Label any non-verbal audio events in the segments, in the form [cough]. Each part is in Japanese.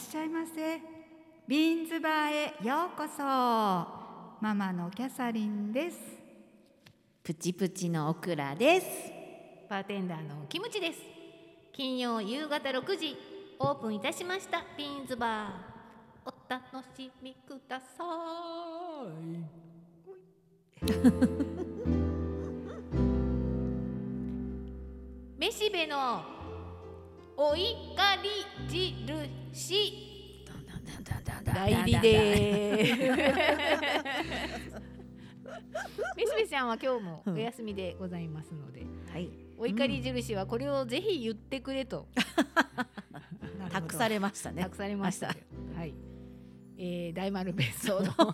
せビーンズバーへようこそママのキャサリンですプチプチのオクラですバーテンダーのキムチです金曜夕方6時オープンいたしましたビーンズバーお楽しみくださ [laughs] いめしべのお怒り印代代理 [laughs] でめしべちゃんは今日もお休みでございますのではいお怒り印はこれをぜひ言ってくれと託されれましたね託されました。はい。えー、大丸別荘の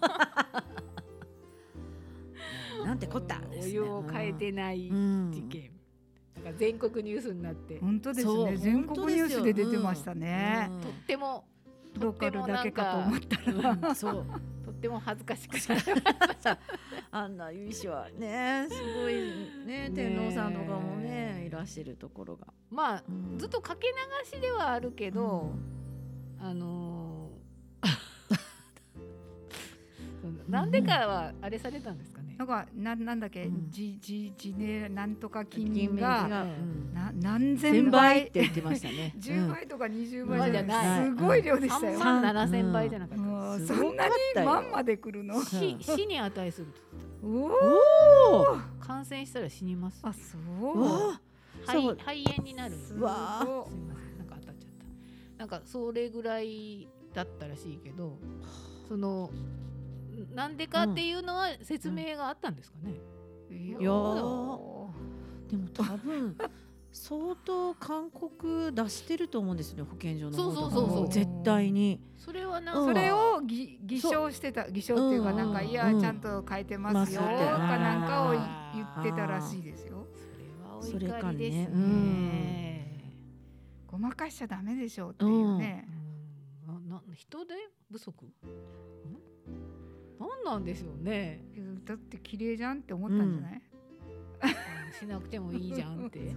なんてこったお湯を変えてないうん事件。なんか全国ニュースになって、と本当ですそうね全国ニュースで出てましたねね、ってもローカルだけかと思ったらうん [laughs] そうとっても恥ずかしくな [laughs] る。あんな由緒はねすごいねね天皇さんとかもねいらっしゃるところが、まあうんずっとかけ流しではあるけど、あのーその [laughs] なんでかはあれされたんですかねな。んかなんなんだっけ、うんじじじねなんとか金金銀面ががうんな何千千倍って倍言ってましたね [laughs] 十、10倍とか20まあ倍じじゃゃなないい、すごい量でした三よ、万七千倍じゃなかった。もうすそごんなかっにたよまんまで来るのうん死死に値すると。おおおお感染したら死にます。あそうわあ肺そ肺う炎になるすのごいわあすみませんなんか当たっちゃったなんかそれぐらいだったらしいけどそのなんでかっていうのは説明があったんですかね、いやいやーでも多分相当勧告出してると思うんですよね保健所の方とかもそうそうそうそう絶対にそれはなうんそかれをぎ偽証してた偽証っていうかうんなんか、いやうんちゃんと書いてますよ、ますってかなんかをいあ言ーってたらしいですよそれはお怒りですねそれかねうんごまかしちゃダメでしょうっていうね、うんなな人手不足んなんなんでしょうねだって綺麗じゃんって思ったんじゃ [laughs] ない、あしなくてもいいじゃ [laughs] んって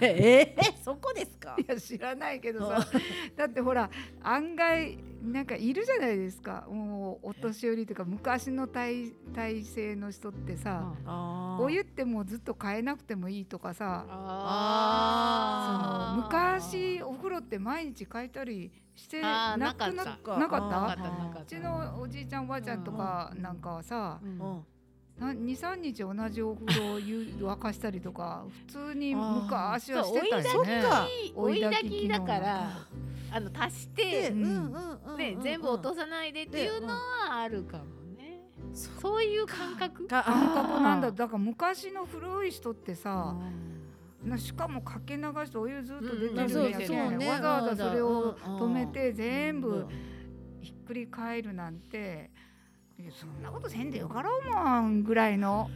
えー、そこですかいや知らないけどさ [laughs] だってほら案外なんかいるじゃないですかもうお年寄りとか昔の体体制の人ってさ、うんあーお湯ってもうずっと変えなくてもいいとかさそのあー昔お風呂って毎日変えたりしてあーなくなっななかかっったたななかったなかったうちのおじいちゃんおばあちゃんとかなんかはさうんうん23日同じお風呂を湯沸かしたりとか普通にあー昔はしてたようそ追ねい焚き。か追い追い焚焚ききだのからあの足して、うんうね、全部落とすさないでっていうのはあるかもね、そういう感覚感感覚なんだとだから昔の古い人ってさ、なしかもかけ流してお湯ずっと出てるそうやつそねうねわざわざそれをうん止めて全部ひっくり返るなんていやそんなことせんでよかろうもんぐらいの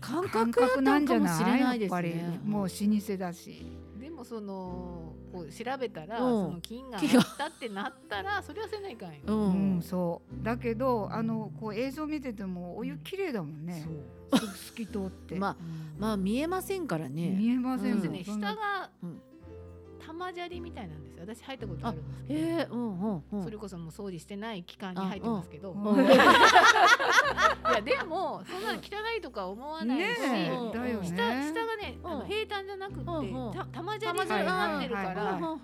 感感覚だった覚なんんじかゃもないしれないやでっすぱりねもう老舗だし [laughs] でもそのこう調べたら、うんその菌があったってなったらそれはせないかんよ、ううんんそうだけどあのこう映像見ててもお湯綺麗だもんねそうす透き通ってまあまあ見えませんからね見えませんうもでんすねそ下んながうん玉砂利みたいなんですよ私入ったことあるんですけど、えー、うんうんうんそれこそもう掃除してない期間に入ってますけど、うんいやでもそんなの汚いとか思わないし、ねえうんだよね下下がね、あのうん平坦じゃなくって、うんうんた玉砂利状になってるか玉砂利はいら、わはい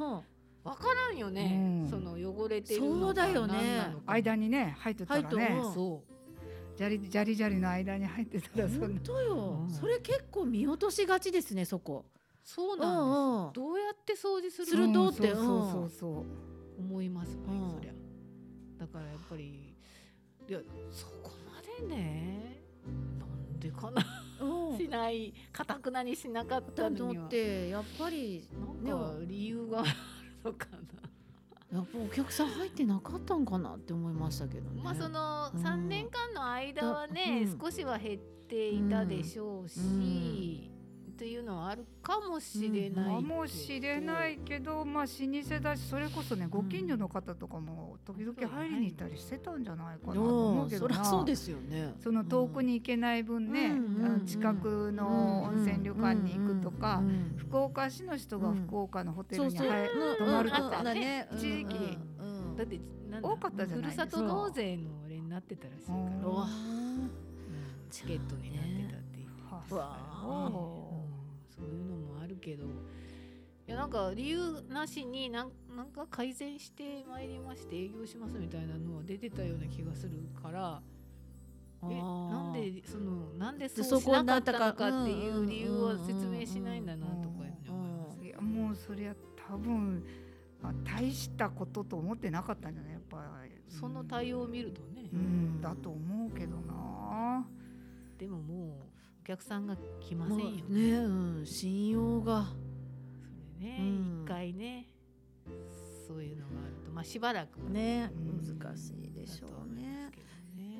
はからんよね、うんその汚れてるのかそうだよね何なのか間にね入ってたら入っとねるうんそうじゃりじゃりじゃりの間に入ってたらそん本な当よ、うんそれ結構見落としがちですねそこそうなんです、うんうんどうやって掃除するするとのってうんそうそうそうそう思いますね、うんそりゃだからやっぱりいやそこまでねなんでかなうんしないかたくなにしなかったのにのはってやっぱりでなんもか理由があるのかなやっぱお客さん入ってなかったんかなって思いましたけどね。まあそのうん3年間の間はね、うん少しは減っていたでしょうし、というのはあるかもしれないけど、かもしれないけど、まあ老舗だし、それこそね、ご近所の方とかも時々入りに行ったりしてたんじゃないかなと思うけそどりな。ゃそうですよね。その遠くに行けない分ね、うんあうのん近くの温泉旅館に行くとか、うん、福岡市の人が福岡のホテそルうにそう入る、うん泊まるととかか、うんね一時期うんだってなんだ多かったじゃないふるさと納税のあれになってたらしいから、うんううんわチケットになってたっていう。はうわうんーそういうのもあるけどいやなんか理由なしになんなんか改善してまいりまして営業しますみたいなのは出てたような気がするからあえーなんでそのなんででそうそしこなにかなっったたのかかっていう理由はうんうんうんうん説明しないんだなとかいうのは思いますいやもうそりゃ多分あ大したことと思ってなかったんじゃないやっぱりその対応を見るとね、うんだと思うけどなでももうお客さんが来ませもんうよねね、うん、信用がそれねうん一回ねそういうのがあるとまあしばらくはねうん難しいでしょだとう思いまねす。けどね。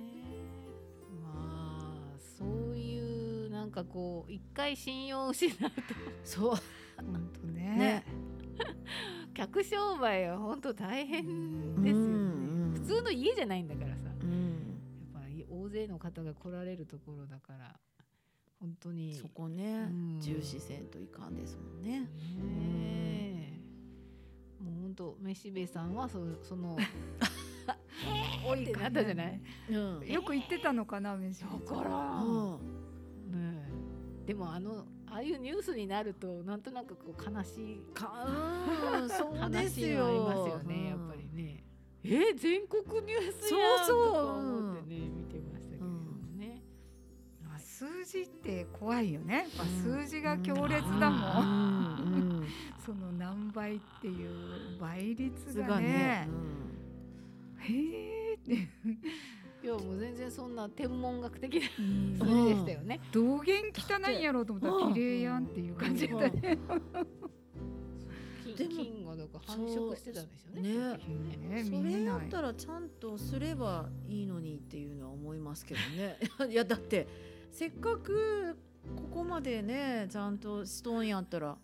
まあそういうなんかこう一回信用を失うとそう本当ねね客商売は本当大変うんですよね。うんうん普通の家じゃないんだからさやっうん、ぱり大勢の方が来られるところだから本当にそこね、うん重視せんといかんですもんね。ねえもう本当飯部さんはそその [laughs] 多ってなったじゃないうんよく言ってたのかな飯だからうんねえでもあのああいうニュースになるとなんとなくこう悲しいかうん、そうです話よ。がありますよね、やっぱりね。えー全国ニュースやそんうそうとか思ってね、見てましたけれどもね。はい数字って怖いよねやっぱう数ん字が強烈だもん、もん。うんうんその何倍っていう倍率すががねね。うんへえっていやもう全然そんな天文学的なう数ん字でしたよね。道玄汚いんやろうと思ったら綺麗やんっていう感じだったね金でも金がだから繁殖してたんですよそね。うね結局ねねそ見えれやなっいたらちゃんとすればいいのにっていうのは思いますけどね [laughs] いやだってせっかくここまでねちゃんとしとんやったら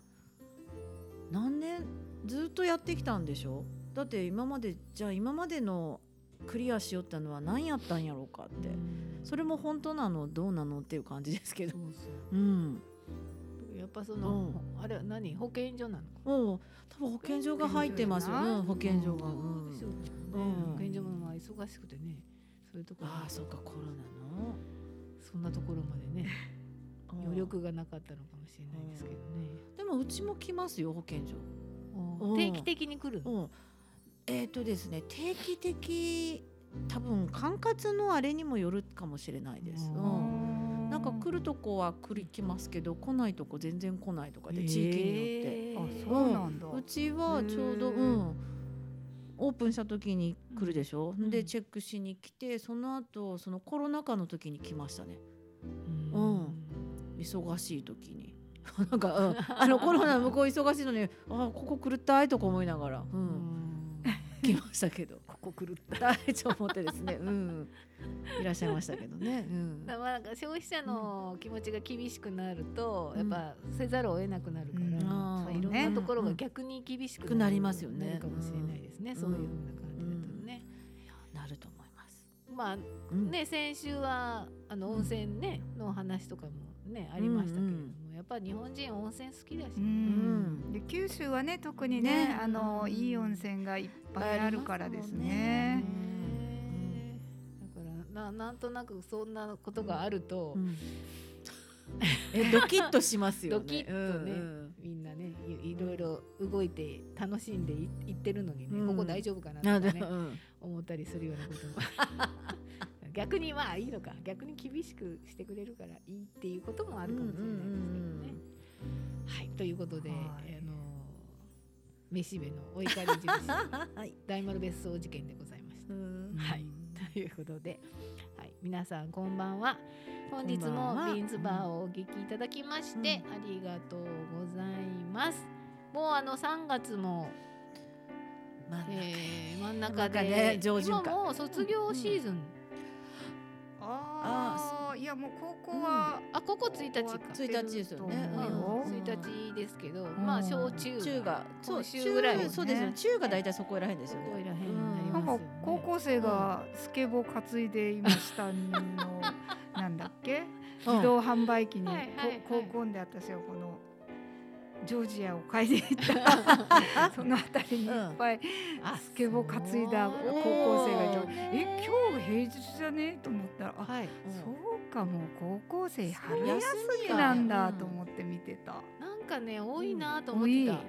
何年ずっとやってきたんでしょだって今までじゃあ今までのクリアしよったのは何やったんやろうかってそれも本当なのどうなのっていう感じですけどそ。うそうん、うやっぱその、あれは何保健所なのか。もう多分保健所が入ってますよね保健所が。うそうでんしょうねうん保健所もまあ忙しくてね、そういうところああそうかコロナのそんなところまでねうん余力がなかったのかもしれないですけどね。でもうちも来ますよ保健所。うおん定期的に来るうの。ん、えっ、とですね定期的多分管轄のあれにもよるかもしれないです。ううんなんか来るとこは来る来ますけど来ないとこ全然来ないとかで地域によって、えーあそうなんだうちはちょうど、へーうん、オープンした時に来るでしょ、うんでチェックしに来てその後そのコロナ禍の時に来ましたねううん忙しい時になんか、うん、あのコロナ向こう忙しいのにあーここ狂ったいとか思いながら、うんうん来ましたけど [laughs] ここ狂ったいと思ってですね、うん、いらっしゃいましたけどね、うんだからなんか消費者の気持ちが厳しくなると、やっぱせざるを得なくなるから、うんまあいろんねなところがうん逆に厳しくくなりますよねなるかもしれないですね、んそういうふうな感じだとね。なると思います。まあうんね先週はあの温泉ね、の話とかもねありましたけれども、やっぱ日本人温泉好きだうし、ねんで九州はね特にねねあのいい温泉がいっぱいあるからですねねだからななんとなくそんなことがあると、うん [laughs] えドキッとしますよね。ドキッとねうんみんなねいいろいろ動いて楽しんでいいってるのにね、うんここ大丈夫かなうんなとるかね思ったりするようなことも [laughs] 逆にまあいいのか逆に厳しくしてくれるからいいっていうこともあるかもしれないですけどね。はいということで、はいあの飯部のお怒り印 [laughs] はい。大丸別荘事件でございました。うんはいということで、はい、皆さんこんばんは本日こんばんもはビーンズバーをお聞きいただきまして、ありがとうございますもうあの3月も、まあえー真ん中で真ん中ね上旬今かもう卒業シーズン、ああいやもう高校はあここ1日か、ん1日ですよねう終わんってると思うよ1日ですけど、んまあ小中中がそう今週ぐらい中ねそうですよね中が大体そこらへんですよここね。ら辺になりなまんかすよね高校生がスケボー担いでいましたのなんだっけうん自動販売機にはいはいはいこ高校で私はこのジョージアを買いに行 [laughs] ったその辺りにいっぱいあスケボー担いだ高校生がいたそ「うえ今日平日じゃね?」と思ったら「あはいそうかもう高校生春そう休みなんだ」休みかと思って見てた。なんかね多いなと思っうてんた多い、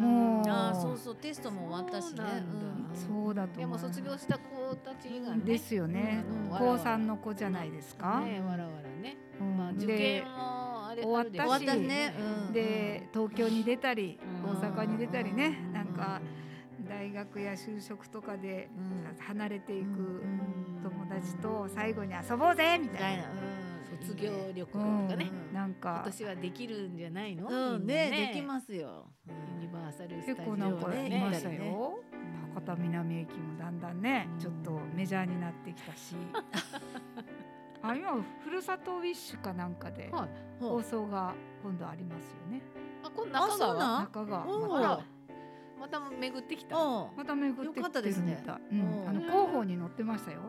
もうあーそうそうテストも終わったしそうねなんだそうだとで思もう卒業した子たち以外ねですよねうんうん高3の子じゃないですか。ねわらわらね、うんまあ、受で験もあれ終わったし春でしょ終わったしねうんで東京に出たりうん大阪に出たりねうんなんか大学や就職とかでうん離れていくうん友達と最後に遊ぼうぜみみたたいいなな。うん卒業旅行とかうんね、なん今か年はできるんじゃないの、うんみなねできますようユニんバーサル結スタジオ構なんかねい行まっしたりねよ。博多南駅もだんだんねちょっとメジャーになってきた [laughs] し。あ今ふるさとウィッシュかなんかではい放送が今度ありますよね。あこん中あそう川なん中川おまあたらまた巡ってきたあおうまた巡ってよかきってたでるすみねたい。うんうんあの広報に載ってましたよ。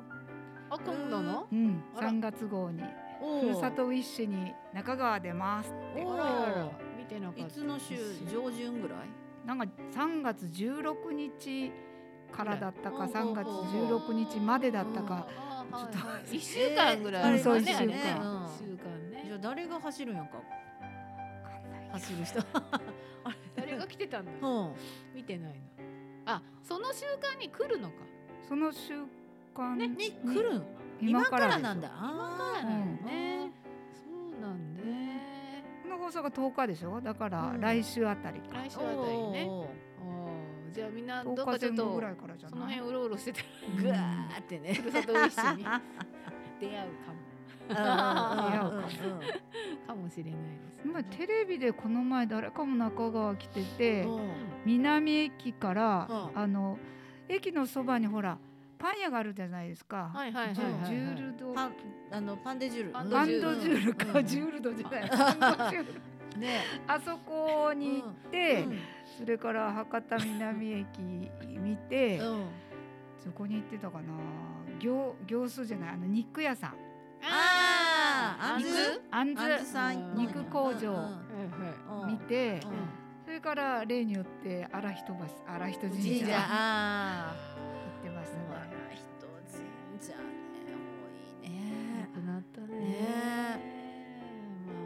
今度のうん、あら3月号におふうるさとウィッシュに中川出ますっておあうらあら見てなかったいつの週上旬ぐらいなんか3月16日からだったかうん3月16日までだったかあーちょっはいとはい一週間ぐらいあうんりそうます一週ね間あれねうん一週間じゃねあ誰が走るんやんかわかんない走る [laughs] 人あれ誰が来てたんだうろうん見てないなあその週間に来るのかその週間ねに来るん今今かかららなんだ今かあらーなんだねそうなんだねこの放送が10日でしょだからうん来週あたりか、来週あたりおうねおうあーじゃあみんなどっ10か日ちょっ前後とぐらいからじゃそのない辺うろうろしてたらぐわーってねふるさとウィッシュに出会 [laughs] うかもう合うんかうんうんかもしれないですね今テレビでこの前誰かも中川来ててうん南駅から、うんあの駅のそばにほらパン屋があるじゃないですか、はいはいはいジはいはュいジュールドパンあのパンデジュールパパンジュドジュールか、ジュールドじゃないパンドジュールルねあそこに行って、うんそれから博多南駅見て、 [laughs] うんそこに行ってたかな行行数じゃないあの肉屋さんあーあんずあんずあんずさんの肉工場うんはいはいうん見て、うんそれから例によって荒人橋荒人神神社社行ああってましたねあら人神社ね多いねくなったねね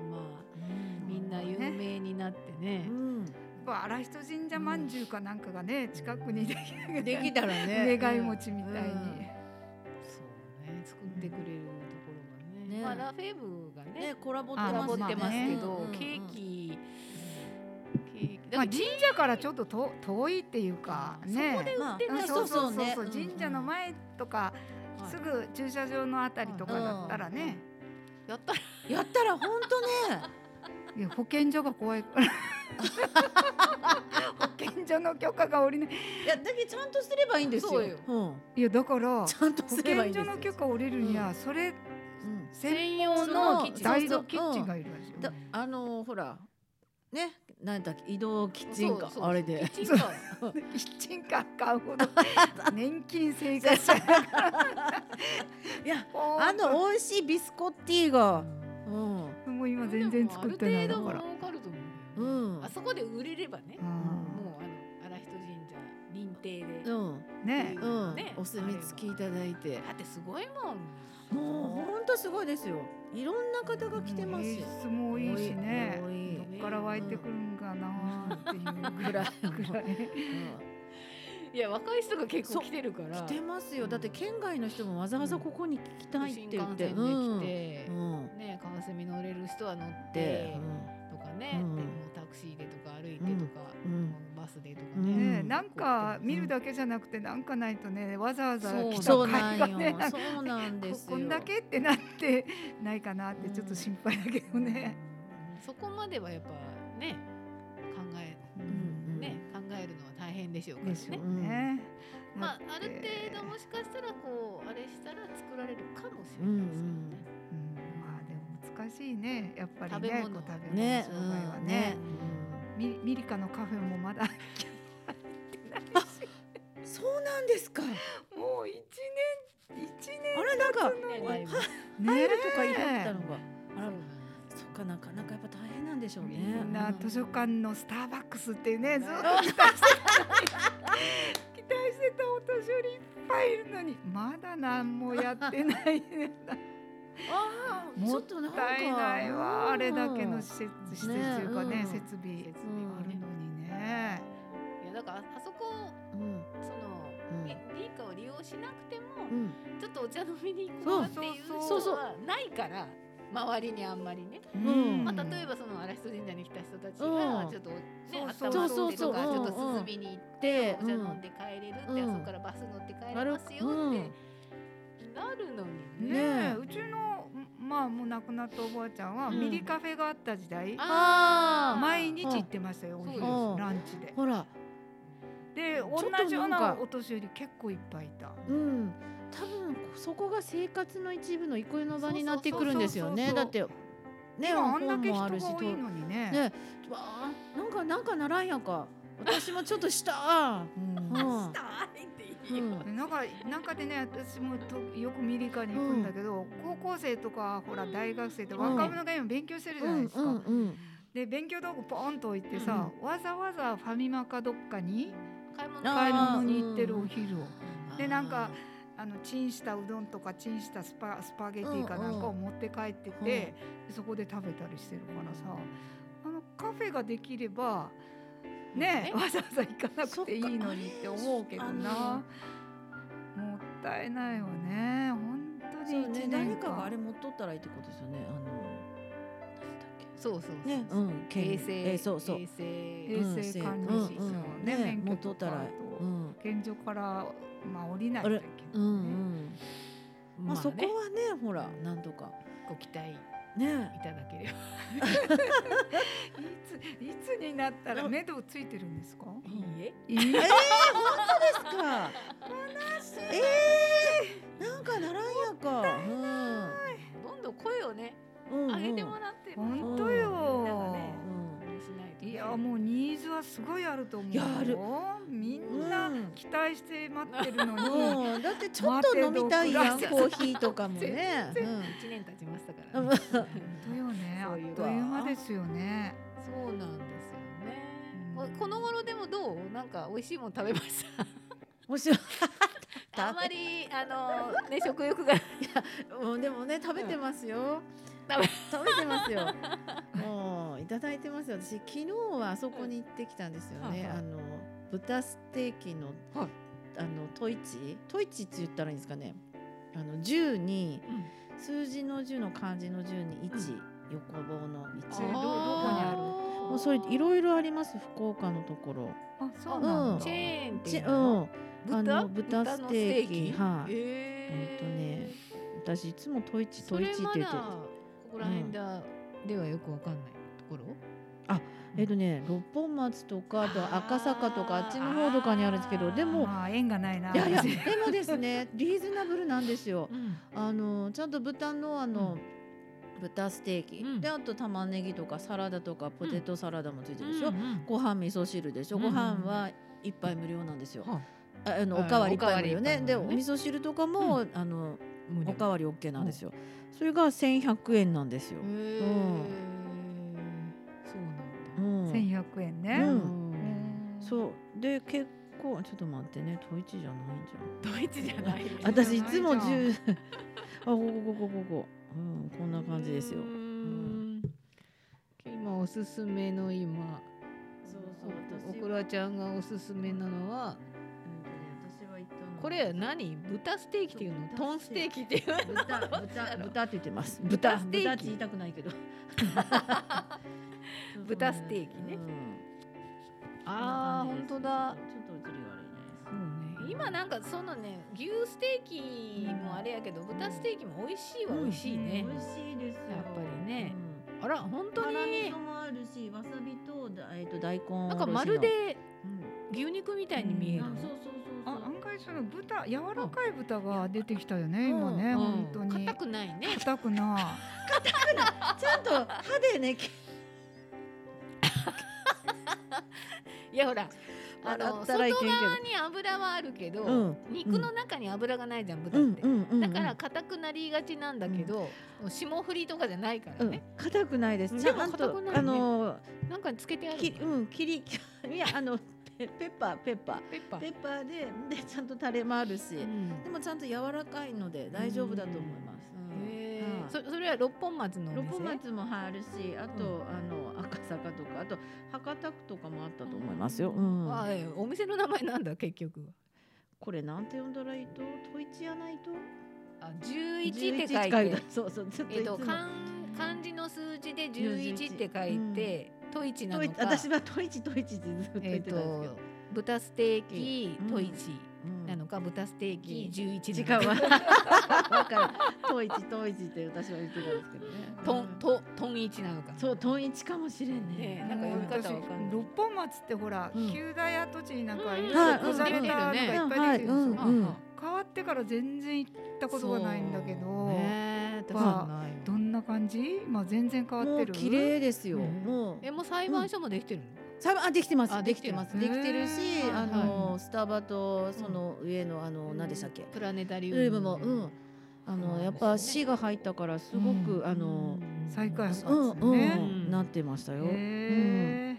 まあまあみんな有名になってねうんやっぱ荒人神社まんじゅうかなんかがね近くにできるできたらね願い餅みたいに、そうね作ってくれるところがねねまあラフェムがねねコラボってあコラまボすってますけど、ねケーキ、ケーキまあ、だ神社からちょっとと遠いっていうかねうんまあ売ってないそうそうねそう神社の前とか、はいすぐ駐車場のあたりとかだったらね、やったらやったら本当ねいや保健所が怖いから保健所の許可が下りないいやだけちゃんとすればいいんですよそうようんいやだからちゃんと保すればいいん健所ですよの許可下りるには、それうん専専用の用のキッチン大道キッチンがいるんですよ、だあのーほらねなんだっけ移動キッチンカそうそーうあれでキッチンカー [laughs] キッチンカー買うほど年金生活者いやほんとあの美味しいビスコッティーがうんもう今全然作ってないでだかもあるら程度儲かると思ううんだよねんあそこで売れればね、うんもうあの荒人神社認定で、うだんねうんねお墨付きいただいてってすごいもんもう本当すごいですよいろんな方が来てます演し出もいいしね多いどっから湧いてくるんかなっていうぐらいぐらいいや若い人が結構来てるから来てますよだって県外の人もわざわざここに来たいって新幹言っ線てでう来んて、うんね川蝉乗れる人は乗っでてとかね、うんでもタクシーでとか歩いてとか、うんうんもうバスでとかうね、ねんなんか見るだけじゃなくてなんかないとねわざわざそう来たそうな会んがよねなんかそうなんですよこんだけってなってないかなってちょっと心配だけどね。そこまではやっぱね考えんね、考えるのは大変でしょうかでらねしょうね。まあだっあてる程度もしかしたらこうあれしたら作られるかもしれうんうないですようんね、んまあでも難しいねやっぱりね食べ物こう食べ物ね商売はうんねね。ミミリカのカフェもまだうんそうなんですかもう一年一年あれなんかねだいぶね入るとか言ったのがあらそうそっかなかなかやっぱ大変なんでしょうねみんなうん図書館のスターバックスって [laughs] [laughs] ねずっと期待してた期待してたお年寄りいっぱいいるのにまだ何もやってないねああちょっとなんもっかたいないわあれだけのうん施設施設というかねうん設備設備があるねのにね。いやだからああそこうんそのうんリリーカを利用しなくてもうんちょっとお茶飲みに行こうっていうそうそうそう人はないから周りにあんまりね、うんまあ、うん例えばその荒人神社に来た人たちうがんちょっとねそう頭をそう打ってとかちそうそうょっうんうんと涼みに行ってうんお茶飲んで帰れるって、うんあそこからバス乗って帰れますようんってなるのにね。ねねええうちのまあもう亡くなったおばあちゃんは、うんミリカフェがあった時代あ毎日行ってましたよ、お昼うんランチで。ほらでょっと同じようななんかお年寄り結構いっぱいいた。うん多分そこが生活の一部の憩いの場になってくるんですよねそうそだうっそうてね今あんだけ人本もがあるし多いのにね。ねわあなんかなんかならんやんか私もちょっとしたうんうんいいようんでなんかなんかでね私もとよくミリカに行くんだけど、高校生とかほら大学生ってうん若者が今勉強してるじうゃないんですか。うんうんで勉強道具ポンと置いてさ、わざわざファミマかどっかに買い物あ買ーい物に行ってるお昼を。うんでなんかあのチンしたうどんとかチンしたスパスパゲティかなんかを持って帰ってて、うんうんでそこで食べたりしてるからさあのカフェができればねねわざわざ行かなくていいのにって思うけどそっなかもったいないよね本当そうにね一誰年かがあ間れ持っとったらいいってことですよねあのなんだっけそうそうそうねうん県衛生えーそうそう衛生衛生管理士さんをね,、うんうんね免許とか元あ々うとん現状からまあ降りないといけない、ねうんうんまあねそこはねほらなんとかご期待いねただければいついつになったらうん目処ついてるんですかんいいえいいですかええーなんかならんやかどんどん声をねうんうん上げてもらってね本当よ。うんしないとねいやもうニーズはすごいあると思うよ。いやあるみんなうん期待して待ってるのに、うんだってちょっと飲みたいやん待てど暮コーらせヒーとかもね全一年経ちましたからうんね。本当よね。そあういうっという間ですよね。そうなんですよねうん。ここの頃でもどうなんか美味しいもの食べまし面白い [laughs] た。あんまりあの [laughs] ね食欲がうんでもね食べてますよ、食べ食べてます [laughs] よもういただいてますよ私昨日はあそこに行ってきたんですよね、はいはいあの豚ステーキの、はいあのトイチトイチって言ったらいいんですかねあの10に数字の10の漢字の10に1、横棒のそれど1どこにあるもうそれいろいろあります福岡のところあそうなんだ。チェーンってちいううのんあの豚ステーキはいえほんとね私いつもトイチそトイれチってま言だってここら辺だではよくわかんないところ。えっとね六本松とかあと赤坂とかあっちの方とかにあるんですけどでもまあ縁がないな。いやい [laughs] や私でもですねリーズナブルなんですよあのちゃんと豚のあの、うん豚ステーキ、うんであと玉ねぎとかサラダとかポテトサラダもついてるでしょ、うんうんご飯味噌汁でしょ、うんご飯は一杯無料なんですよ、はああのあおかわり一杯無料ねおでかおわり一味杯無料ね噌汁とかも、あの無料おかわり OK なんですよ、それが1100円なんですよ、へーそううなんだ。[laughs] ん千百円ね。うんうんそうで結構ちょっと待ってね統一じゃないんじゃんドイツじゃないよね。私いつもじゃない十 [laughs] あここここここうんこんな感じですようーん今おすすめの今そうおおくらちゃんがおすすめなのは私は行ったこれ何豚ステーキっていうのトンステーキっていうの豚豚豚って言ってます豚豚ステーキ豚って言いたくないけ [laughs] ど豚ステーキうねん [laughs] あー本当だちょっと映りが悪いねそうね今なんかそのね牛ステーキもあれやけど豚ステーキも美味しいは美味しいねうん美味しいですよやっぱりねうんあら本当辛味に噌もあるしわさびとだえっと大根おろしのなんかまるでうん牛肉みたいに見えるあうそうそうあそうそう案外その豚柔らかい豚が出てきたよねうん今ねうん本当に硬。くないね [laughs] 硬くなちゃんと [laughs] 歯でねいやほらああのったらい外けんけど側に油はあるけど、うん肉の中に油がないじゃん豚うっんて、うんうんだから硬くなりがちなんだけど、霜降りとかじゃないからうんね、硬くないです。うんちゃんでもと硬くないねあのなんかにつけてあるきねうん切り [laughs] いやあのペペッパーペッパーペッパーペッパーででちゃんとタレもあるし、うんでもちゃんと柔らかいので大丈夫だと思います。へうんーそそれは六本松のお店六本松も入るし、あと、あの赤坂とか、あと博多区とかもあったと思いますよ。うんあえーお店の名前なんだ結局これなんて呼んだらいいと、トイチやないと。あ十一って書11い回てだそうそう、ずっとえいっつもと。漢漢字の数字で十一って書いてトイチなトのイか私はトイチトイチってずっと言えっってたんですけどと。豚ステーキうんトイチうんなのか豚ステーキ十一時な間のかは。わかる。トイチトイチって私は言ってたんですけどね。トントトンイチなのかそう、トンイチかもしれんね。ねなんか呼び方わかんない私六本松ってほら、うん旧大跡地になんかいろいはいろこざれたのがいっぱい出てるでしょ、うんはいうんうんあ変わってから全然行ったことがないんだけそうど、ね私もないわどんな感じまあ全然変わっもてうる綺麗ですよ。うんもう。えもう裁判所もできてるのさあできてますあできてますででききてるてるしへーあの、はいスタバとその上のあの、うん何でしたっけプラネタリウムルームもうんあそうなんですよのねやっぱ市が入ったからすごく、うあの再開発うんそううん、ですねうんなってましたよ、へ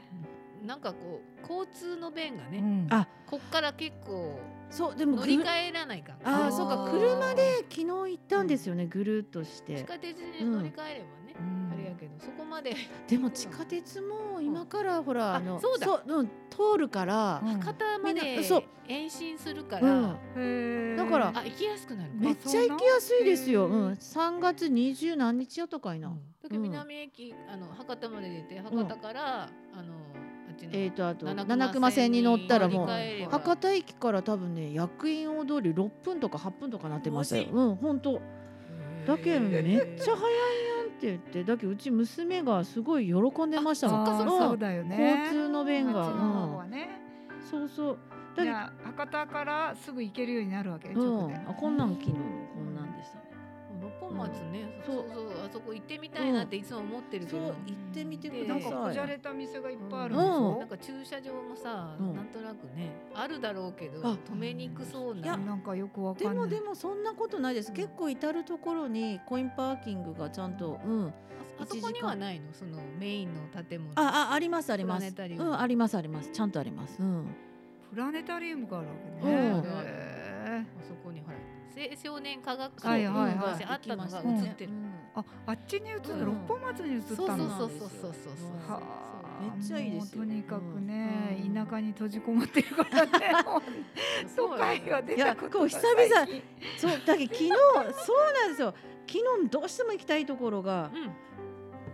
なんかこう交通の便がーね、うんあこっから結構そうでも乗りぐる換えらないかんあああーそうか車で昨日行ったんですよね、ぐるっとし地て下鉄に乗り換えればね、うんあれやけどそこまででも地下鉄も今からほら、ああのそうだうん、通るから、うん博多まみんでなそう延伸するかうら、ん、へーだからあ行きやすくなるめっちゃ行きやすいですよ、うん、3月20何日やとかいな、だけど南駅、あの博多まで出て博多から、あのあっちの、えー、とあと七七熊線に乗ったらもう乗り換えれば博多駅から多分ね役員大通り6分とか8分とかなってましたよ。マジうん本当だけんへーめっちゃ早いやんって言ってだけどうち娘がすごい喜んでましたもんあそっかそっかうんそうだよね交通の便が、あっちの方はうね、ん、そうそうだじけゃあ博多からすぐ行けるようになるわけ、ど、う直ん、であこんなん昨日のこんなんでしたね。六本松ね、うんそうそうあそこ行ってみたいなっていつも思ってるけど、そう行ってみてくなだんさいかこじゃれた店がいっぱいあるんでしうんなんょ、か駐車場もさ、うんなんとなくねあるだろうけどあ止めにくそういやななんかよくわでかんなもいでもそんなことないです結構至る所にコインパーキングがちゃんと、うん、ああそこにはないのそのメインの建物ああありますありまプラすネタリウうムんありますありますちゃんとあります。うんプラネタリウムがあるわけうんね、へあそこにほらせ青年科学はいはいはい昔あったのがうん映ってる、ーああっちに移ったの、うん六本松に移ったそうのそうそうなそうですそようそうそううんはあめっちゃいいですよもうとにかくね、うん田舎に閉じこもってる [laughs] からねもう都会は出たことがいやこう久々そうだけど昨日そうなんですよ昨日どうしても行きたいところがうん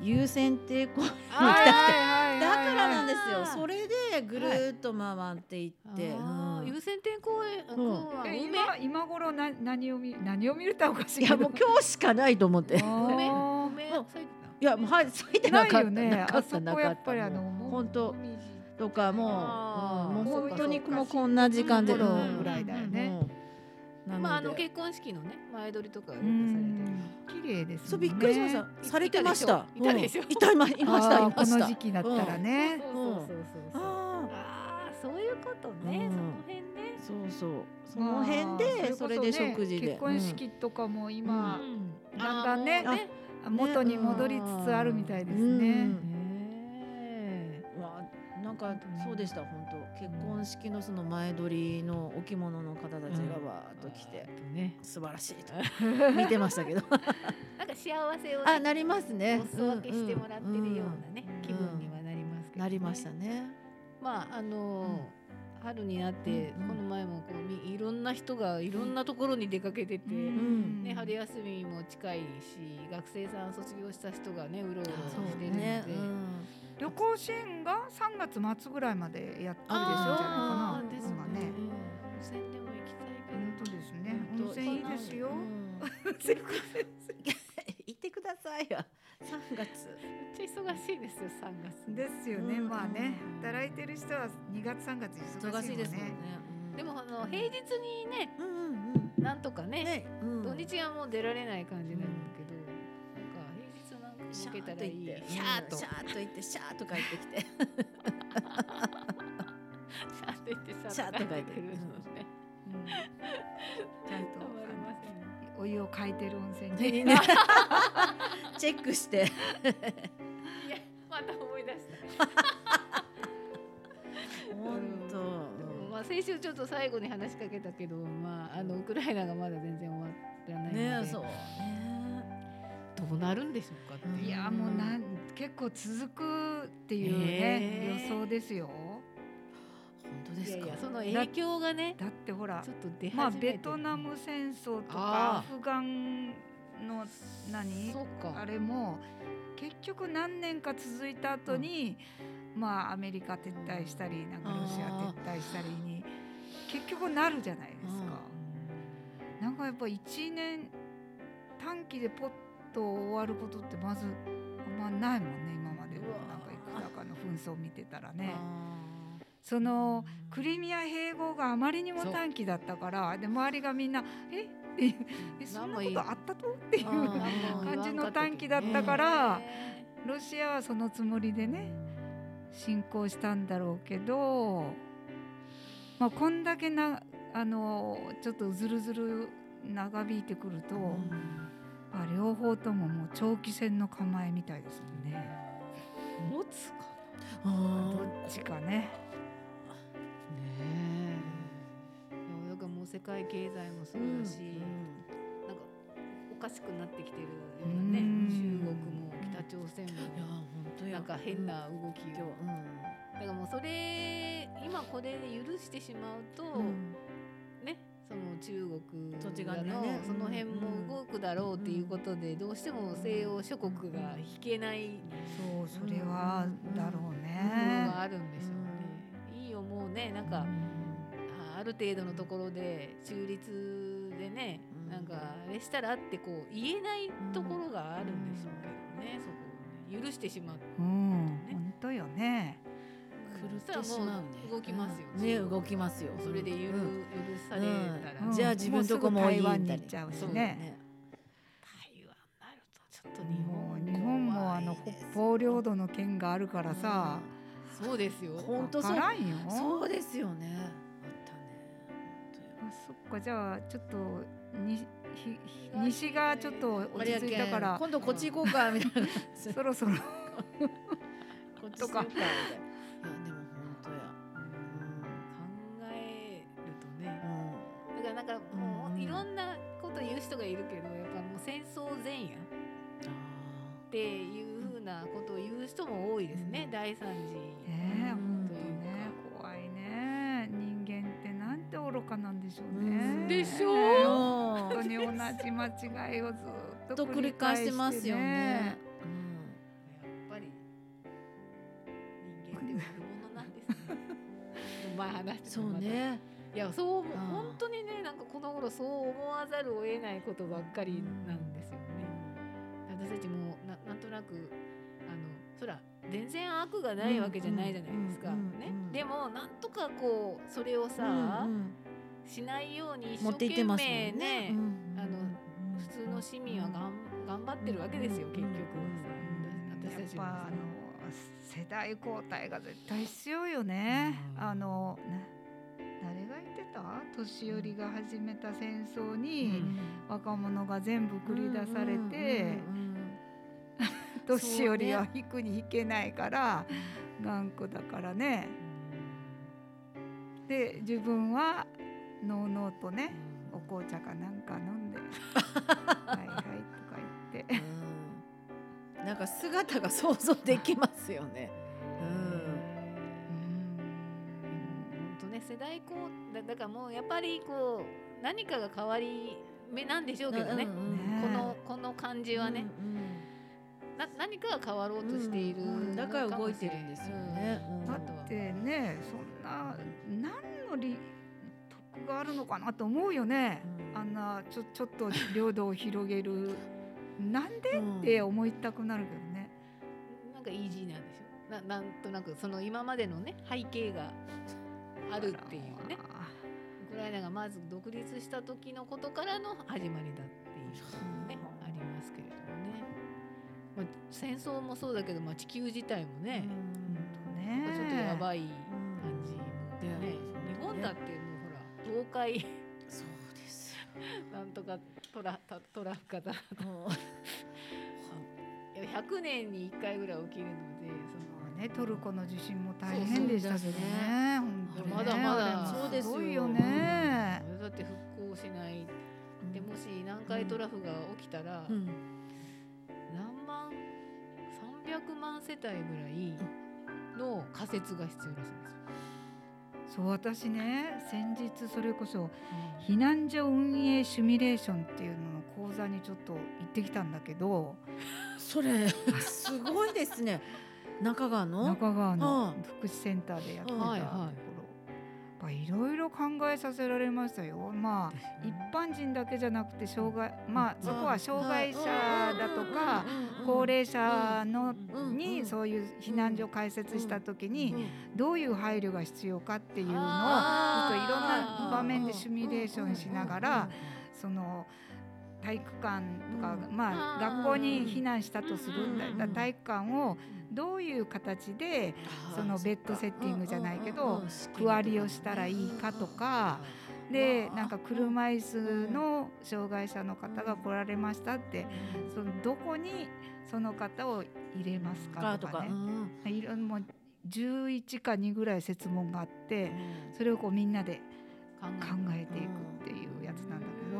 優先ってこうはあいーはいはいはいだからなんですあよーそれでぐるーっと回っていって、あうーん優先天公園あん公園はえ梅今今頃な何を見何を見るっておかしいいけやどもう今日しかないと思って梅あー梅うん咲いていやもうはい咲いてななかいっよたねなかあっそたこなやかっっぱりあたのもうも本当とかもあう、ーうんもうそうか本当にそうかもうこんな時間で頃のぐらいだよね、なのたで、まああの結婚式のね前撮りとかようくされてるん綺麗ですもんねそうびっくりしました、されてましたいたでしょうんいたいまいましたあいーましこたの時期だったらね、そうそうそうそうそうあーああそういうことね、うんその辺ね、そうそうその辺でまあそこれねで食事で結婚式とかも今、うんだんだんねあーもう元に戻りつつあるみたいですね。うんねうんわあなんかそうでした本当結婚式のその前撮りのお着物の方たちがわーっと来て、ね素晴らしいと見てましたけどなんか幸せをねあなりますねお裾分けしてもらってるようなね、うんうん気分にはなりますけど、ねなりましたねまああのー春になって、うんうんこの前もこうみいろんな人がいろんなところに出かけてて、んね、春休みも近いし学生さん卒業した人がねうろうろしてそうるので、ね、旅行支援が3月末ぐらいまでやってるでしょあーじゃなあいかな。ーです今ねね。温泉でも行本当できたいけどすね。温泉いうんいですよう。ん [laughs] 温泉いいです行ってくださいよ3月めっちゃ忙しいですよ3月ですよね。うんまあね、働いてる人は2月3月忙しいもんね。でもあのうん平日にねうんうんうんなんとかねね、うん土日はもう出られない感じなんだけど、なんか平日なんかシ抜ャけーたッらとい行っいて、 [laughs] シャーッとシャーッと行って、シャーッと帰ってきて。シャーッと出てさシャーって書いてくるのねうんちゃんとたまりませんねあのお湯をかいてる温泉にね [laughs] チェックしていやまた思い出した本当、まあ、先週ちょっと最後に話しかけたけど、まあ、あのウクライナがまだ全然終わらないので、ねえそうねどうなるんでしょうかっていういやもうなん結構続くっていうね、えー予想ですよ本当でいすやかいやその影響がねだってほらちょっと出始めてるまあベトナム戦争とかアあーフガンの何そうかあれも結局何年か続いた後に、まあアメリカ撤退したりなんかロシアあ撤退したりに結局なるじゃないですか。なんかやっぱ1年短期でポッと終わることってまずあんまないもんね今までのうわーなんかいくらかの紛争を見てたらね。あそのクリミア併合があまりにも短期だったからで周りがみんな「え [laughs] っていうえそんなことあったと?」っていう何も言い感じの短期だったからロシアはそのつもりでね侵攻したんだろうけど、まあ、こんだけなあのちょっとずるずる長引いてくると、ーまあ、両方とももう長期戦の構えみたいですもんね。持つかあーどっちかね。なねえでもなんかもう世界経済もそうだし、なんかおかしくなってきてるようなねうん中国も北朝鮮いやも本当やなんか変な動きをうだからもうそれ今これで許してしまうんと、うんねその中国土地がだねの、ねその辺うんも動くだろうっていうことで、どうしても西欧諸国が引けない部そう、それはだろう分ね。があるんでしょうね。いいよもうねなんか、あある程度のところで中立でね、うんなんかあれしたらってこう言えないところがあるんでしょうけどね、そこをね許してしまううん、本当よね。狂ってしまうねそしたらもう動きますよ、ね動きますよそれで許,、うん許されたら、うんじゃあうん自分とこもいいんだもねうすぐ台湾に行っちゃうしそうね。台湾になるとちょっと日も本う日本もあの怖いです北方領土の県があるからさ、そうですよほんとそうわからんよ。そうですよねあったねあそっかじゃあちょっとにひひ西がちょっと落ち着いたから今度こっち行こうかみたいなそろそろこっちとか行こうみたいないやでも本当や考えるとねうんだからなんかうもんうんういろんなこと言う人がいるけどやっぱもう戦争前夜っていうふうなことを言う人も多いですね、うん第三次ねえうほんんとね怖いね人間ってなんて愚かなんでしょううんねでしょうねえあ本ー当に同じ間違いをずっとと繰繰りり返返ししててますよねね。やっぱり人間って悪者な [laughs] んですねでも前話してたそうね。いやそう思うあー本当にねなんかこの頃そう思わざるを得ないことばっかりなんですよね。私たちもななんとなくあのそら全然悪がないわけじゃないじゃないですか。うんうんうんねうんでもなんとかこうそれをさ、うんしないように一持生っていっ懸て命ますもんねね。うんあのうん普通の市民はがん頑張ってるわけですよ、うん結局うんさ私やたっちもぱさあの世代交代が絶対必要よね。うんあのな誰が言ってた年寄りが始めた戦争に、うん若者が全部繰り出されて、うんうんうん年寄りは引くに引けないから、頑固だからねで自分はのうのうとねお紅茶かなんか飲 [laughs] んで「はいはい」とか言って。うんなんか姿が想像できますよね。ううんん本当ね世代交だだからもうやっぱりこう何かが変わり目なんでしょう。うんけどね、うんねこのこの感じはね、。うんな何かが変わろうとしている、うんうんだから動いてるんですよね。うんだってねそんな何の利得があるのかなと思うよね、うんあんなちょちょっと領土を広げ [laughs] るなんでうんって思いたくなるけどね。なんかイージーなんでしょななんとなくその今までのね背景があるっていうねウクライナがまず独立した時のことからの始まりだっていうねありますけれどもね、まあ、戦争もそうだけど、まあ、地球自体もね、うんとなんかちょっとねやばい感じでもねねったってもうほら東海そうです [laughs] なんとかトラトトラフかなよもういや100年に1回ぐらい起きるのでね、トルコの地震も大変でしたけどね。そ本当にねのまだまだあれもそうですよごいよね。だって復興しないでもし南海トラフが起きたら、うん何万300万世帯ぐらいの仮設が必要らしいんですよ。そう私ね先日それこそ避難所運営シミュレーションっていうのの講座にちょっと行ってきたんだけどそれすごいですね中川の中川のうん福祉センターでやってたところ、はいいはいいろいろ考えさせられましたよ。まあ一般人だけじゃなくて障害まあそこは障害者だとか高齢者のうんうにんそういう避難所開設した時ににどういう配慮が必要かっていうのをちょっといろんあーな場面でシミュレーションしながらその体育館とかうまああー学校に避難したとするんだうんだから体育館をどういう形でそのベッドセッティングじゃないけど区割りをしたらいいかとかでなんか車椅子の障害者の方が来られましたってそのどこにその方を入れますかとかね。いろんもう11か2ぐらい設問があってそれをこうみんなで考えていくっていうやつなんだけ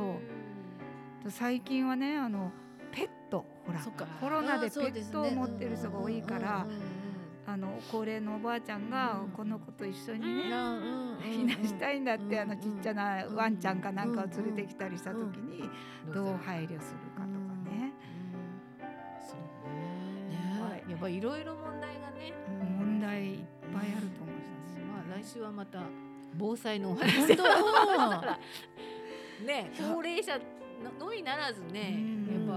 ど最近はねあのペットほらそっかコロナでペットを持ってる人が多いからあの高齢のおばあちゃんがうんこの子と一緒にね避避難したいんだってあのちっちゃなワンちゃんかなんかを連れてきたりした時にどう配慮するかとかねそうねねやっぱいろいろ問題がね、問題いっぱいあると思うんですよ。まあ来週はまた防災のお本話当ねいや高齢者ののみならずねうんやっ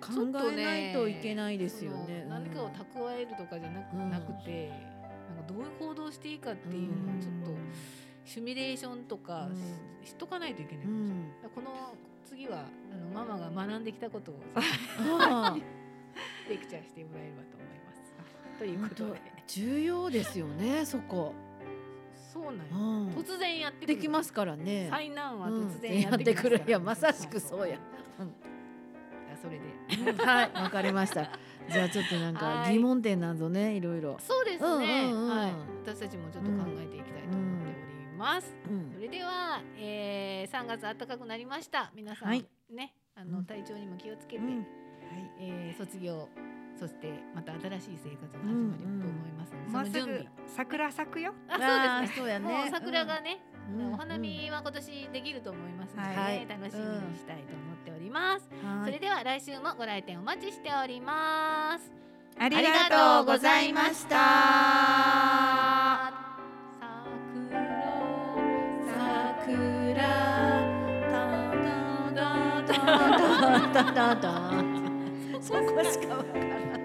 ぱ考えないといけないですよね。その何かを蓄えるとかじゃなく,、うんなくてなんかどういう行動していいかっていうのをちょっとシミュレーションとかうんし,、しとかないといけない、うだかん。らこの次はあのママが学んできたことをああレクチャーしてもらえればと思います。ということ本で重要ですよねそこ。そうなんうよん突然やってくるできますからね。災難はうん突然やってくる,、やってくるいやまさしくそうやうんいやそれではいわかりました。じゃあちょっとなんか疑問点などねいろいろ。そうですね、うんうんうんはい私たちもちょっと考えていきたいと思っております、うんそれでは、えー、3月暖かくなりました皆さん、はいねあうのん体調にも気をつけうて、んえー卒業そしてまた新しい生活が始まると思いますので、もうすその準備ぐ桜咲くよ。あそうですねそうやもう桜がね、うんお花見は今年できると思いますので、ねはい楽しみにしたいと思っております、はそいれでは来週もご来店お待ちしておりますありががととううごござざいいまましした。桜ただだだだだだそこしかわからない